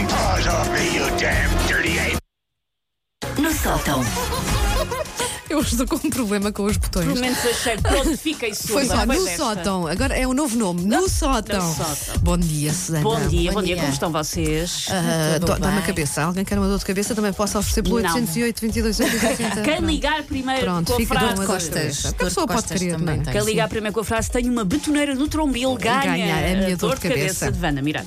off me, you damn dirty ape! No sótão. Eu estou com um problema com os Pelo botões. menos achei. Pronto, fiquei surda. Foi só, Pois no esta. sótão. Agora é um novo nome, no sótão. sótão. Bom dia, Susana. Bom dia, bom dia. Como estão vocês? Ah, Tudo dó- Dá-me a bem? cabeça. Alguém quer uma dor de cabeça também posso oferecer pelo Não. 808 22 80. Quem ligar primeiro Pronto, com a fica frase... dor de costas. A pessoa pode querer, não é? Quem ligar primeiro com a frase tenho uma betoneira no trombil, ganha, Ganha a minha dor de cabeça. de Vanda Miranda.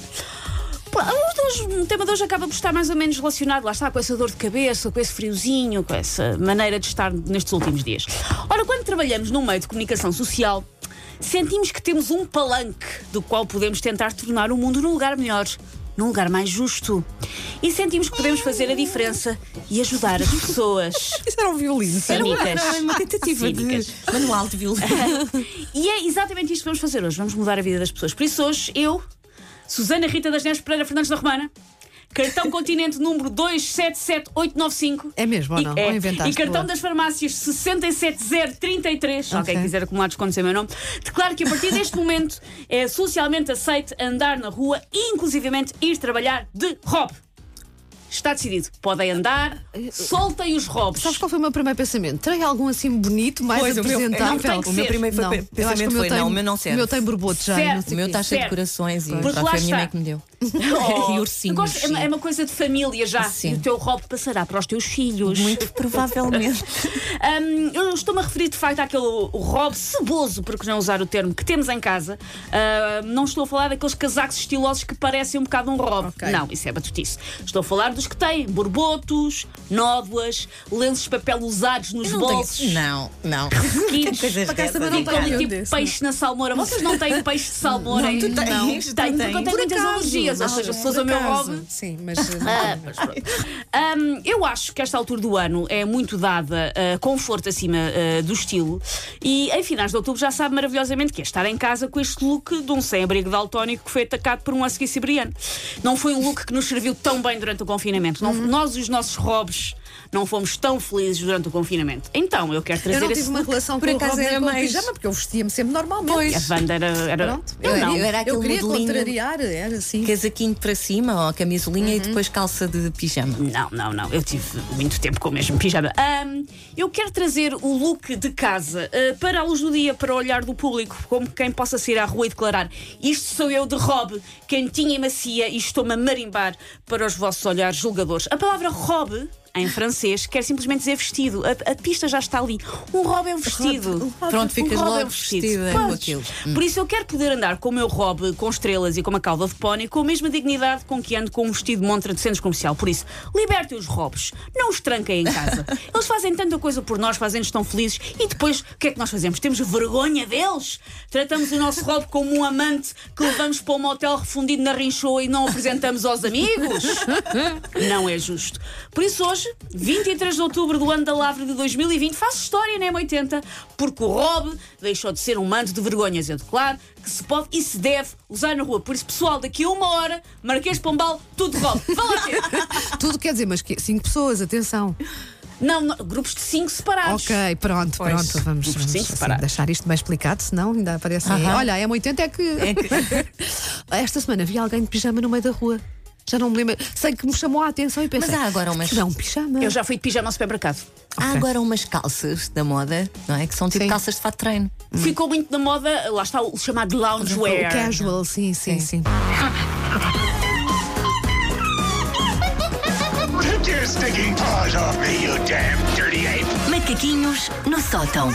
Pá, o de hoje- O tema de hoje acaba por estar mais ou menos relacionado, lá está, com essa dor de cabeça, com esse friozinho, com essa maneira de estar nestes últimos dias. Ora, quando trabalhamos num meio de comunicação social, sentimos que temos um palanque do qual podemos tentar tornar o mundo num lugar melhor, num lugar mais justo. E sentimos que podemos fazer a diferença e ajudar as pessoas. Isso era um violino. Era uma- Cínicas. Era uma tentativa de Cínicas. manual de violino. E é exatamente isto que vamos fazer hoje. Vamos mudar a vida das pessoas. Por isso, hoje, eu, Susana Rita das Neves Pereira Fernandes da Romana, cartão continente número 277895. É mesmo, ou não? E, Ou inventaste? e cartão Boa. das farmácias 67033. Se Ok. alguém quiser acumular desconto sem meu nome, declaro que a partir deste momento é socialmente aceito andar na rua e, inclusivamente, ir trabalhar de robe. Está decidido. Podem andar, soltem os robes. Sabes qual foi o meu primeiro pensamento? Terei algum assim bonito, mais Pois, o meu- apresentável? não tem que O meu ser. primeiro Não, foi- eu acho que o pensamento meu foi: tem, não, o meu não O serve. meu tem borbote já. Serve. não sei O meu está cheio de Certo. corações e Porque pá, lá foi a minha está. mãe que me deu. Oh, e ursinhos, eu gosto- é, uma, sim. é uma coisa de família já. Sim. E o teu robe passará para os teus filhos. Muito provavelmente. Hum, eu estou-me a referir de facto àquele robe ceboso, porque não usar o termo, que temos em casa. Ah, não estou a falar daqueles casacos estilosos que parecem um bocado um robe. Não, isso é batutice. Estou a falar dos que têm borbotos, nódoas, lenços de papel usados nos não, bolsos. tenho- não, não. Kits, Coisas Por acaso dessas, também não obrigada. tenho tipo peixe na salmoura. Vocês não têm peixe de salmoura? Não, tu hein? tens, tu Tenho, porque eu tens. tenho Por muitas acaso. alergias. Ou seja, se fosse o meu robe, Sim, mas. eh, Hum, eu acho que esta altura do ano é muito dada a conforto acima ah, do estilo. E em finais de outubro já sabe maravilhosamente que é estar em casa com este look de um sem-abrigo daltónico que foi atacado por um husky siberiano. Não foi um look que nos serviu tão bem durante o confinamento. Uhum. Não- Nós, os nossos robes, não fomos tão felizes durante o confinamento. Então, eu quero Eu trazer não tive esse é uma look. relação Por com acaso o Rob era nem com o mais- pijama, porque eu vestia-me sempre normalmente. A Wanda era. era- Pronto. Eu não. era- era eu aquele queria modelinho. contrariar, era assim. Casaquinho para cima ou camisolinha e depois calça de pijama. Não, não, não. Eu tive muito tempo com o mesmo pijama. Ahm, eu quero trazer o look de casa ah, para a luz do dia, para o olhar do público, como quem possa sair à rua e declarar: Isto sou eu de Rob, quentinha e macia, e estou-me a marimbar para os vossos olhares julgadores. A palavra Rob. Em francês, quer simplesmente dizer vestido. A, a pista já está ali. Um robe é um vestido. Pronto, ficas robe logo vestida com Pois. aquilo. Por isso eu quero poder andar com o meu robe, com estrelas e com uma cauda de pônei, com a mesma dignidade com que ando com um vestido de montra de centro comercial. Por isso, libertem os robes, não os tranquem em casa. Eles fazem tanta coisa por nós, fazem-nos tão felizes e depois o que é que nós fazemos? Temos vergonha deles? Tratamos o nosso robe como um amante que levamos para um motel refundido na rinchoa e não apresentamos aos amigos? Não é justo. Por isso, hoje, 23 de outubro do ano da Lavra de 2020, faz história na M80, porque o Rob deixou de ser um manto de vergonhas. Eu declaro que se pode e se deve usar na rua. Por isso, pessoal, daqui a uma hora, Marquês de Pombal, tudo Rob. Fala -te. Tudo quer dizer, mas que- cinco pessoas, atenção. não, não, grupos de cinco separados. Ok, pronto, pronto, vamos, Sim, vamos assim, separado. deixar isto bem explicado, senão ainda aparece. aí. Aham. Olha, é 80 é que. Esta semana vi alguém de pijama no meio da rua. Já não me lembro. Sei que me chamou a atenção e pensei. Mas há agora umas- Não, pijama. Eu já fui de pijama ao supermercado. Há agora umas calças da moda, não é? Que são tipo Sim. calças de fato de treino. Ficou muito na moda, lá está o chamado loungewear. Hum. O é casual, sim, sim, sim. Take your stinking paws off me, you damn dirty ape! Macaquinhos no sótão.